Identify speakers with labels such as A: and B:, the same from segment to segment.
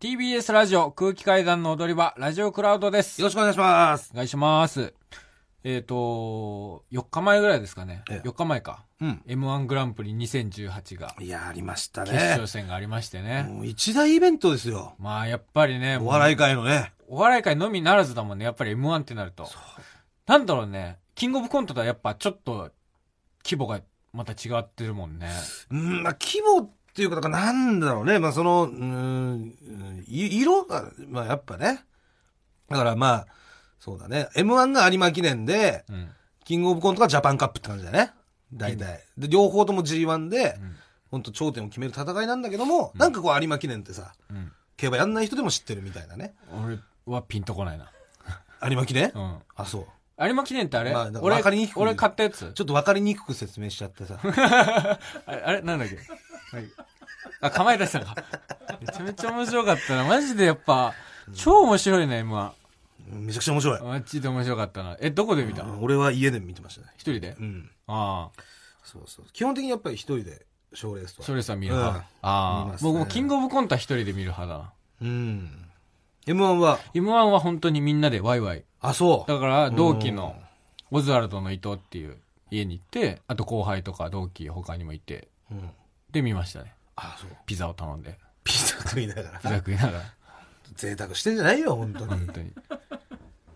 A: TBS ラジオ空気階段の踊り場、ラジオクラウドです。
B: よろしくお願いします。
A: お願いします。えっ、と、4日前ぐらいですかね。
B: ええ
A: 4日前か。
B: うん。
A: M1 グランプリ2018が、
B: いや、ありました
A: 決勝
B: ね。
A: 戦がありましてね。
B: もう一大イベントですよ。
A: まあ、やっぱりね、
B: お
A: もう
B: 笑い界のね。
A: お笑い界のみならずだもんね。やっぱり M1 ってなると。なんだろうね。キングオブコントとはやっぱちょっと、規模がまた違ってるもんね。
B: うん、まあ、規模っていうか、だからなんだろうね。まあ、その、うーん、うんい色が、まあ、やっぱね。だからまあ、そうだね。M1 が有馬記念で、
A: うん。
B: キングオブコントがジャパンカップって感じだね。大体。で、両方とも G1 で、本当頂点を決める戦いなんだけども、なんかこう有馬記念ってさ、
A: うん。
B: 競馬やんない人でも知ってるみたいなね。
A: うん。俺はピンとこないな。
B: 有馬記念
A: うん。
B: あ、そう。
A: 有馬記念ってあれ、
B: まあだから
A: 俺
B: 分かりにくく
A: 俺買ったやつ
B: ちょっと分かりにくく説明しちゃってさ。
A: あれあれなんだっけ、はい、あ、構え出したか。めちゃめちゃ面白かったな。マジでやっぱ、超面白いね、M1。
B: めちゃくちゃ面白い。
A: マジで面白かったな。え、どこで見た
B: う
A: の
B: ん俺は家で見てましたね。
A: 一人で
B: うん。
A: ああ。
B: そうそう。基本的にやっぱり一人で賞レースとは。
A: それさ、見る派。
B: うん
A: ああ
B: 見。ますね
A: 僕もキングオブコントは一人で見る派だな。
B: うん。M1 は、
A: M1 は本当にみんなでワイワイ。
B: あ、そう。
A: だから、同期の、オズワルドの伊藤っていう家に行って、あと後輩とか同期他にもいて、
B: うん。
A: で見ましたね。
B: あ、そう。
A: ピザを頼んで。
B: ピザ食いなが
A: ピザ
B: ら。
A: 食いながら。
B: 贅沢してんじゃないよ、本当に
A: 本。当に。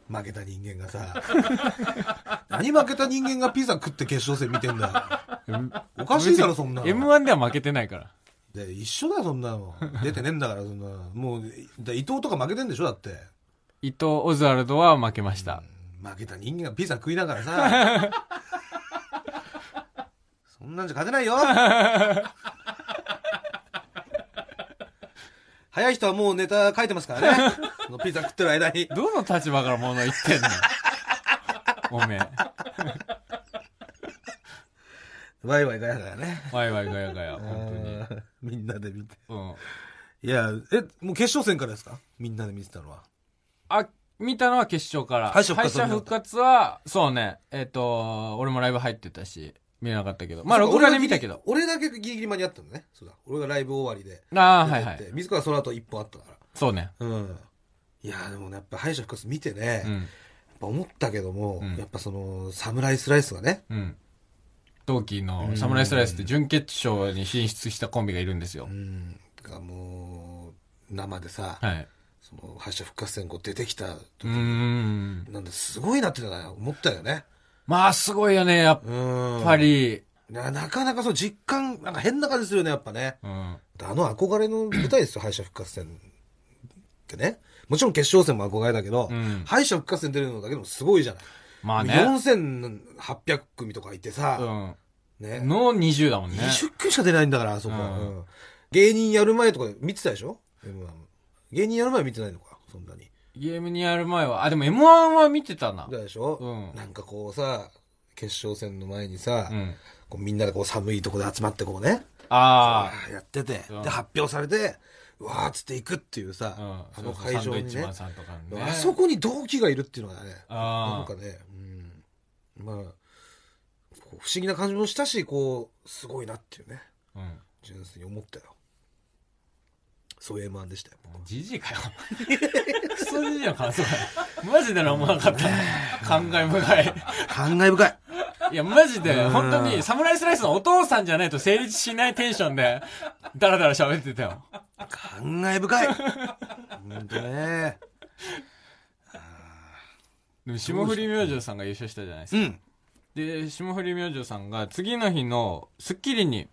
B: 負けた人間が さ。何負けた人間がピザ食って決勝戦見てんだよ。 おかしいだろそんなの
A: M1 では負けてないから。
B: で、一緒だよ、そんなの。出てねえんだから、そんな。もう、で伊藤とか負けてんでしょ、だって。
A: 伊藤オズワルドは負けました。
B: 負けた人間がピザ食いながらさ そんなんじゃ勝てな いよ早い人はもうネタ書いてますからねそのピザ食ってる間に
A: どの立場から物言ってんのおめえ。
B: ワイワイガヤガヤね
A: ワイワイガヤガヤ、本
B: あーみんなで見て
A: 当に。うん。
B: いやえもう決勝戦からですかみんなで見てたのは
A: あ、見たのは決勝から。
B: 敗者復活
A: 敗者復活は、そうね、えっ、と、俺もライブ入ってたし、見れなかったけど。まあ、
B: そうか
A: 録画で見たけど。
B: 俺だけギリギリ間に合ったのねそうだ俺がライブ終わりで
A: ああ、は
B: 出て
A: い
B: って、
A: はい。
B: 自らその後一本あったか
A: そうね。
B: らうんいやーでもねやっぱ敗者復活見てね、
A: うん。
B: やっぱ思ったけども、
A: うん
B: やっぱその、サムライスライスがね。
A: うん。同期のサムライスライスって準決勝に進出したコンビがいるんですよ
B: う。ん。がもう、生でさ、
A: はい。
B: その、敗者復活戦こう出てきた
A: うー
B: 時、
A: ん。
B: なんで、すごいなってのは思ったよね。
A: まあ、すごいよね、やっ
B: うん。
A: ぱ。り。
B: ななかなかそう、実感、なんか変な感じするよね、やっぱね。
A: うん。
B: あの憧れの舞台ですよ、敗者復活戦ってね。もちろん決勝戦も憧れだけど、
A: うん
B: 敗者復活戦出るのだけでもすごいじゃない。
A: まあね。
B: 4800組とかいて
A: う
B: さ、
A: ん。
B: ね。
A: の20だもんね。
B: 20組しか出ないんだから、あそこ、
A: うん
B: うん芸人やる前とか見てたでしょ M1 芸人やる前は見てないのか、そんなに。
A: ゲームにやる前は。あ、でも M1 は見てたな
B: 見。たでしょ、
A: うん
B: なんかこうさ、決勝戦の前にさ、
A: うん。
B: こうみんなでこう寒いとこで集まってこうね、
A: あ
B: あーやってて、
A: うん
B: で、発表されて、うわーっつって行くっていうさ、
A: あ。うん。
B: あの会
A: サンド
B: 場
A: イ
B: に
A: ッチ
B: ね
A: マンさんとかね。
B: あそこに同期がいるっていうのがね、な
A: あ
B: ん
A: あ
B: か。ね、うん、まあ、こう不思議な感じもしたし、こう、すごいなっていうね、
A: うん。
B: 純粋に思ったよ。そういう M1 でしたよ。
A: じじいかよ。クソじじいの感想だよ。マジで何もなかったね。感慨深い。
B: 感慨深い。
A: いや、マジで、
B: うん
A: 本当に、サムライスライスのお父さんじゃないと成立しないテンションで、ダラダラ喋ってたよ。
B: 感慨深い。本当ね。
A: でも霜降り明星さんが優勝したじゃないですか
B: うん。
A: で霜降り明星さんが次の日の『スッキリ』に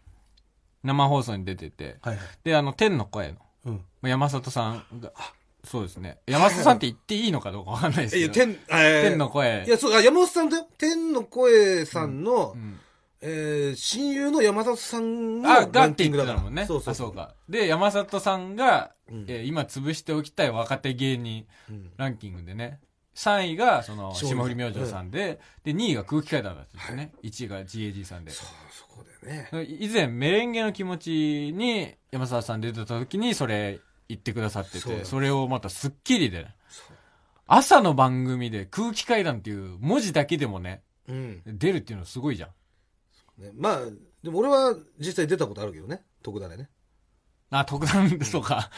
A: 生放送に出てて
B: はい。
A: であの天の声の
B: うん。
A: 山里さんがあそうですね山里さんって言っていいのかどうかわかんないです
B: い
A: け
B: や、
A: ど
B: 天、えー
A: 天の声
B: いや、そう、あ、山本さんだよ。天の声さんの、
A: うん
B: えー親友の山里さんの
A: あ
B: ラ
A: だっ
B: ン
A: て
B: キ
A: 言
B: ン
A: っ
B: グ
A: て
B: だ
A: た
B: から。
A: もんね
B: そうそう
A: あそうかで山里さんが、
B: うん
A: えー今潰しておきたい若手芸人
B: うん
A: ランキングでね3位がその
B: そう
A: 霜降り明星さんで、で2位が空気階段だったんですね、1位が GAG さんで
B: そう、そこでね。
A: 以前メレンゲの気持ちに山沢さん出てた時にそれ言ってくださって
B: そうなん
A: て
B: です
A: それをまた『スッキリ』でね
B: そう
A: 朝の番組で空気階段っていう文字だけでもね
B: うん。
A: 出るっていうのすごいじゃん
B: ねまあ、でも俺は実際出たことあるけどね。徳田でね。
A: あ特段とか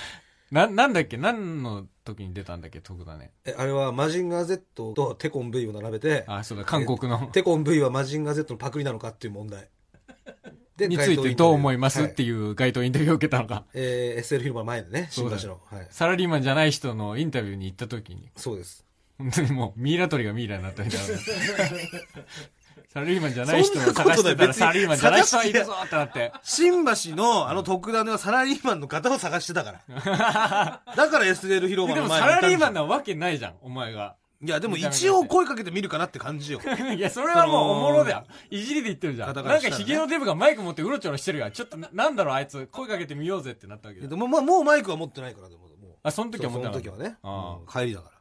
A: な、なんだっけ何の時に出たんだっけ特だね。
B: えあれはマジンガー Z とテコン V を並べて
A: あ、そうだ、韓国の。
B: テコン V はマジンガー Z のパクリなのかっていう問題で
A: についてどう思います、
B: 街頭イ
A: って
B: ンタビューは
A: いう街頭インタビューを受けたのが。
B: えー SL 広場の前でね
A: そ
B: 新
A: う
B: 橋
A: だ
B: のはい
A: サラリーマンじゃない人のインタビューに行った時に、
B: そうです
A: 本当にもうミイラ取りがミイラになったみ たいな。サラリーマンじゃ
B: そ
A: なんい
B: な
A: 人を探して
B: ことな
A: た
B: い
A: ら
B: 別に
A: サラリーマンじゃない人はいるぞってなって。
B: 新橋のあの特段ではサラリーマンの方を探してたから。 だから SL 広場
A: で
B: の
A: もサラ
B: 前にいたんじゃん
A: リーマンなわけないじゃん、お前が。
B: いや、でも一応声かけてみるかなって感じよ。
A: いや、それはもうおもろだよ。いじりで言ってるじゃん。
B: 方
A: な
B: から
A: ん
B: した
A: から
B: ね
A: ヒゲのデブがマイク持ってうろちょろしてるやん。ちょっとな、なんだろう、あいつ、声かけてみようぜってなったわけだ
B: で。も、まあ、もうマイクは持ってないから、でも、もう。
A: あ、その時は思った
B: そうその時はね。
A: あ
B: うん帰りだか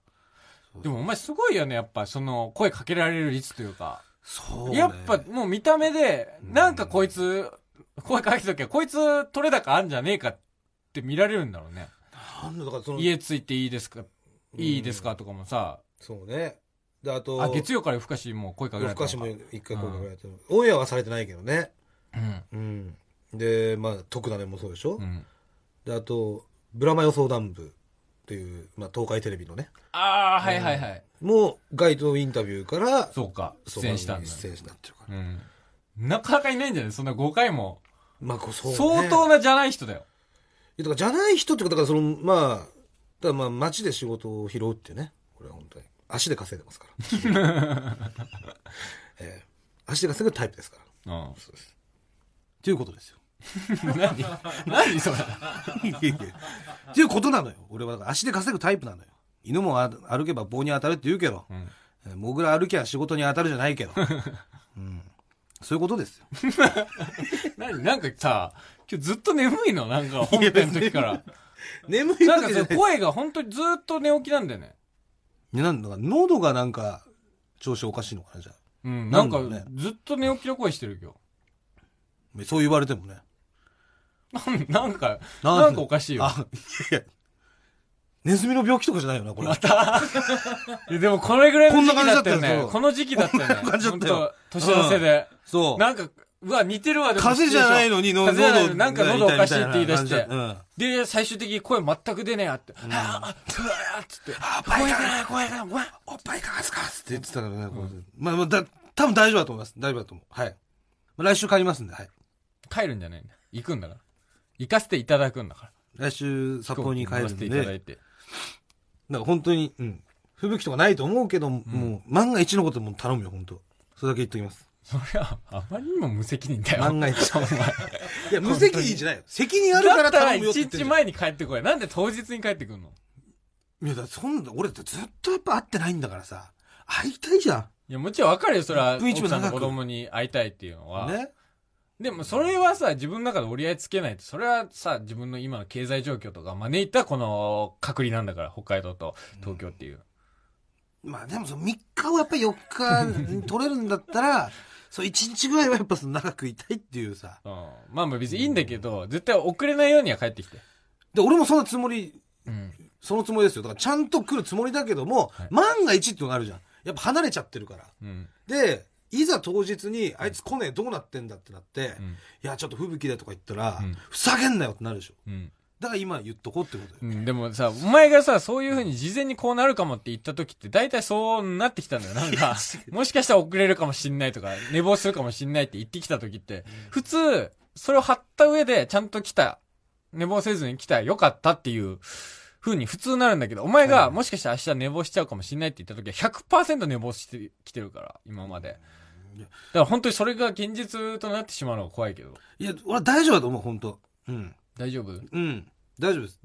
B: ら。
A: でもお前すごいよね、やっぱ、その、声かけられる率というか。
B: そう、ね。
A: やっぱ、もう見た目で、なんかこいつ、声かけた時は、こいつ取れ高あんじゃねえかって見られるんだろうね。
B: なんだだからその、
A: 家ついていいですか
B: うん
A: いいですかとかもさ、
B: そうね。で、あと、
A: あ、月曜から夜更かしもう声かけられ
B: 夜
A: た
B: 更
A: のか。
B: かしも一回声かけられてる。オンエアはされてないけどね。うん。で、まあ、徳田ねもそうでしょ。
A: うん。うん。
B: で、あと、ブラマヨ相談部っていう、まあ、東海テレビのね。
A: ああ、はいはいはい。
B: もう、街頭インタビューから、
A: そうか、出演したんだ。
B: 出演になってるから。
A: うん。なかなかいないんじゃないそんな5回も。
B: まあ、こうそう、ね。
A: 相当なじゃない人だよ。
B: いやだからじゃない人ってことだからそのまあだからまあ街で仕事を拾うっていうねこれは本当に足で稼いでますから ええ足で稼ぐタイプですから
A: うん。
B: そうですっていうことですよ
A: 何何それ。
B: いやいやっていうことなのよ俺はだから足で稼ぐタイプなのよ犬もあ歩けば棒に当たるって言うけど、
A: ん
B: えーモグラ歩きゃ仕事に当たるじゃない けど、うん、そういうことですよ
A: 何なんかさ、今日ずっと眠いのなんか本編の時から。
B: 眠い
A: な
B: わ
A: んか
B: けじゃ
A: さ、
B: ない
A: 声が本当にずっと寝起きなんだよね。
B: いやなんだか喉がなんか調子おかしいのかなじゃあ
A: うん。な
B: なんん
A: か
B: だろうね、
A: ずっと寝起きの声してる今
B: そう言われてもね
A: 日。 なんか、
B: なん
A: なんかおかしいよ。
B: あ、いやいや。ネズミの病気とかじゃないよな、これ。
A: いやでもこれぐらいの時期だったよ
B: こんな感じだった
A: ね
B: よ。
A: この時期だったよね。
B: こんな感じだったよ
A: ほんと年の瀬で。
B: そう。
A: なんか、うわ、似てるわ、でも
B: 風邪じゃないのに、の
A: 風邪じゃないの
B: 喉、
A: になんか喉おかしいって言い出し
B: みた
A: て
B: な。感
A: で、最終的に声全く出ねえやって。はぁ、あ、うわーっつって。声がない、声がない、わ
B: じうん。おっぱいかがすかすって言ってたからね、こうまあまあ、だ、多分大丈夫だと思います。大丈夫だと思う。はい。まあ来週帰りますんで、はい。
A: 帰るんじゃないんだ。行くんだから。行かせていただくんだから。
B: 来週、札幌に帰るん
A: 飛行機乗らせていただ
B: で、
A: いて。
B: なんか本当に、うん。吹雪とかないと思うけど、もう、万が一のことも頼むよ、本当それだけ言っと きます。
A: それは、あまりにも無責任だよ。
B: 万が一。
A: お前
B: いや、無責任じゃないよ。責任あるか
A: だ
B: ら
A: ったら
B: 頼むよ
A: 一
B: って言って
A: 日
B: るじゃん
A: 前に帰ってこい。なんで当日に帰ってくんの
B: いや、だってそんな、俺ってずっとやっぱ会ってないんだからさ、会いたいじゃん。
A: いや、もちろんわかるよ、それは。
B: 一日も
A: 奥さんの
B: 長
A: 子
B: く
A: 供に会いたいっていうのは。
B: ね。
A: でも、それはさ、自分の中で折り合いつけないと、それはさ、自分の今の経済状況とか招いたこの隔離なんだから、北海道と東京っていう。
B: まあでもその3日をやっぱり4日に 取れるんだったら、そう1日ぐらいはやっぱその長くいたいっていうさ。
A: うんまあまあ別にいいんだけど、絶対遅れないようには帰ってきて。
B: で、俺もそんなつもり、
A: うん。
B: そのつもりですよ。だからちゃんと来るつもりだけども、万が一っていうのがあるじゃん。やっぱ離れちゃってるから。
A: うん。
B: で、いざ当日に、あいつ来ねえ、どうなってんだってなって、
A: う
B: い
A: ん
B: や、ちょっと吹雪だとか言ったら、
A: うん
B: ふざけんなよってなるでしょ。
A: うん。
B: だから今言っとこうってことよ。
A: うん。でもさ、お前がさ、そういう風に事前にこうなるかもって言った時って、大体そうなってきたんだよ。なんか、もしかしたら遅れるかもしんないとか、寝坊するかもしんないって言ってきた時って、普通、それを張った上で、ちゃんと来た、寝坊せずに来た、よかったっていう、風に普通なるんだけど、お前
B: はい
A: が
B: はい
A: もしかしたら明日寝坊しちゃうかもしんないって言った時は100%寝坊してきてるから、今まで。だから本当にそれが現実となってしまうのが怖いけど。
B: いや、俺は大丈夫だと思う、本当うん。
A: 大丈夫
B: うん。大丈夫です。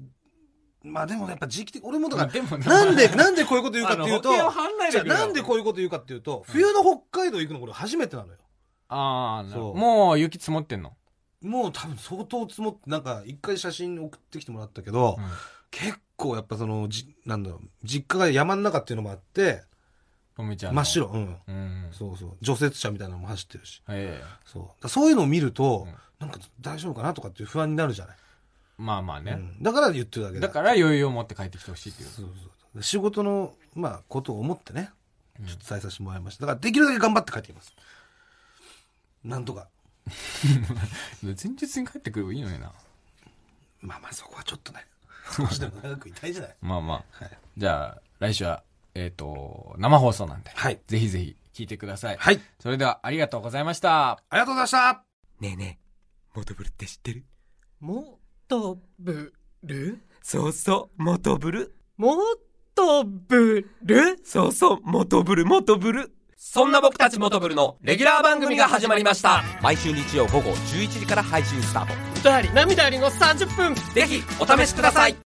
B: まあでもやっぱ時期的、俺もだから、
A: でも
B: なんで、なんでこういうこと言うかっていうと、
A: あの保険は入んない
B: じ
A: で
B: ゃあ
A: くれよ
B: なんでこういうこと言うかっていうと、冬の北海道行くのこれ初めてなのよ。
A: ああ、なるほど
B: そう
A: もう雪積もってんの。
B: もう多分相当積もって、なんか一回写真送ってきてもらったけど、
A: うん
B: 結構やっぱその、じ、なんだろう、実家が山の中っていうのもあって、
A: とみちゃんの。
B: 真っ白、うん。
A: うん。
B: そうそう。除雪車みたいなのも走ってるし。
A: ええ。
B: そう。だからそういうのを見ると、
A: うん
B: なんか大丈夫かなとかっていう不安になるじゃない。
A: まあまあ
B: う
A: ね。
B: んだから言ってるだけ
A: だ
B: だ。
A: から余裕を持って帰ってきてほしいっていう。
B: そうそう。仕事の、まあ、ことを思ってね、ちょっと伝えさせてもらいました。だからできるだけ頑張って帰ってきます。なんとか。
A: 前日に帰ってくればいいのにな。
B: まあまあそこはちょっとね。少しでも長くいたいじゃない。
A: まあまあ。
B: はい。
A: じゃあ、来週は、えっ、と、生放送なんで、
B: はい。
A: ぜひぜひ聞いてください。
B: はい。
A: それでは、ありがとうございました。
B: ありがとうございました
C: ねえねえ、モトブルって知ってる
D: もっとぶる
C: そうそう、モトブル。
D: もっとぶる
C: そうそう、モトブル、モトブル。そんな僕たちモトブルのレギュラー番組が始まりました。毎週日曜午後11時から配信スタート。
D: 歌あり涙ありの30分
C: ぜひ、お試しください。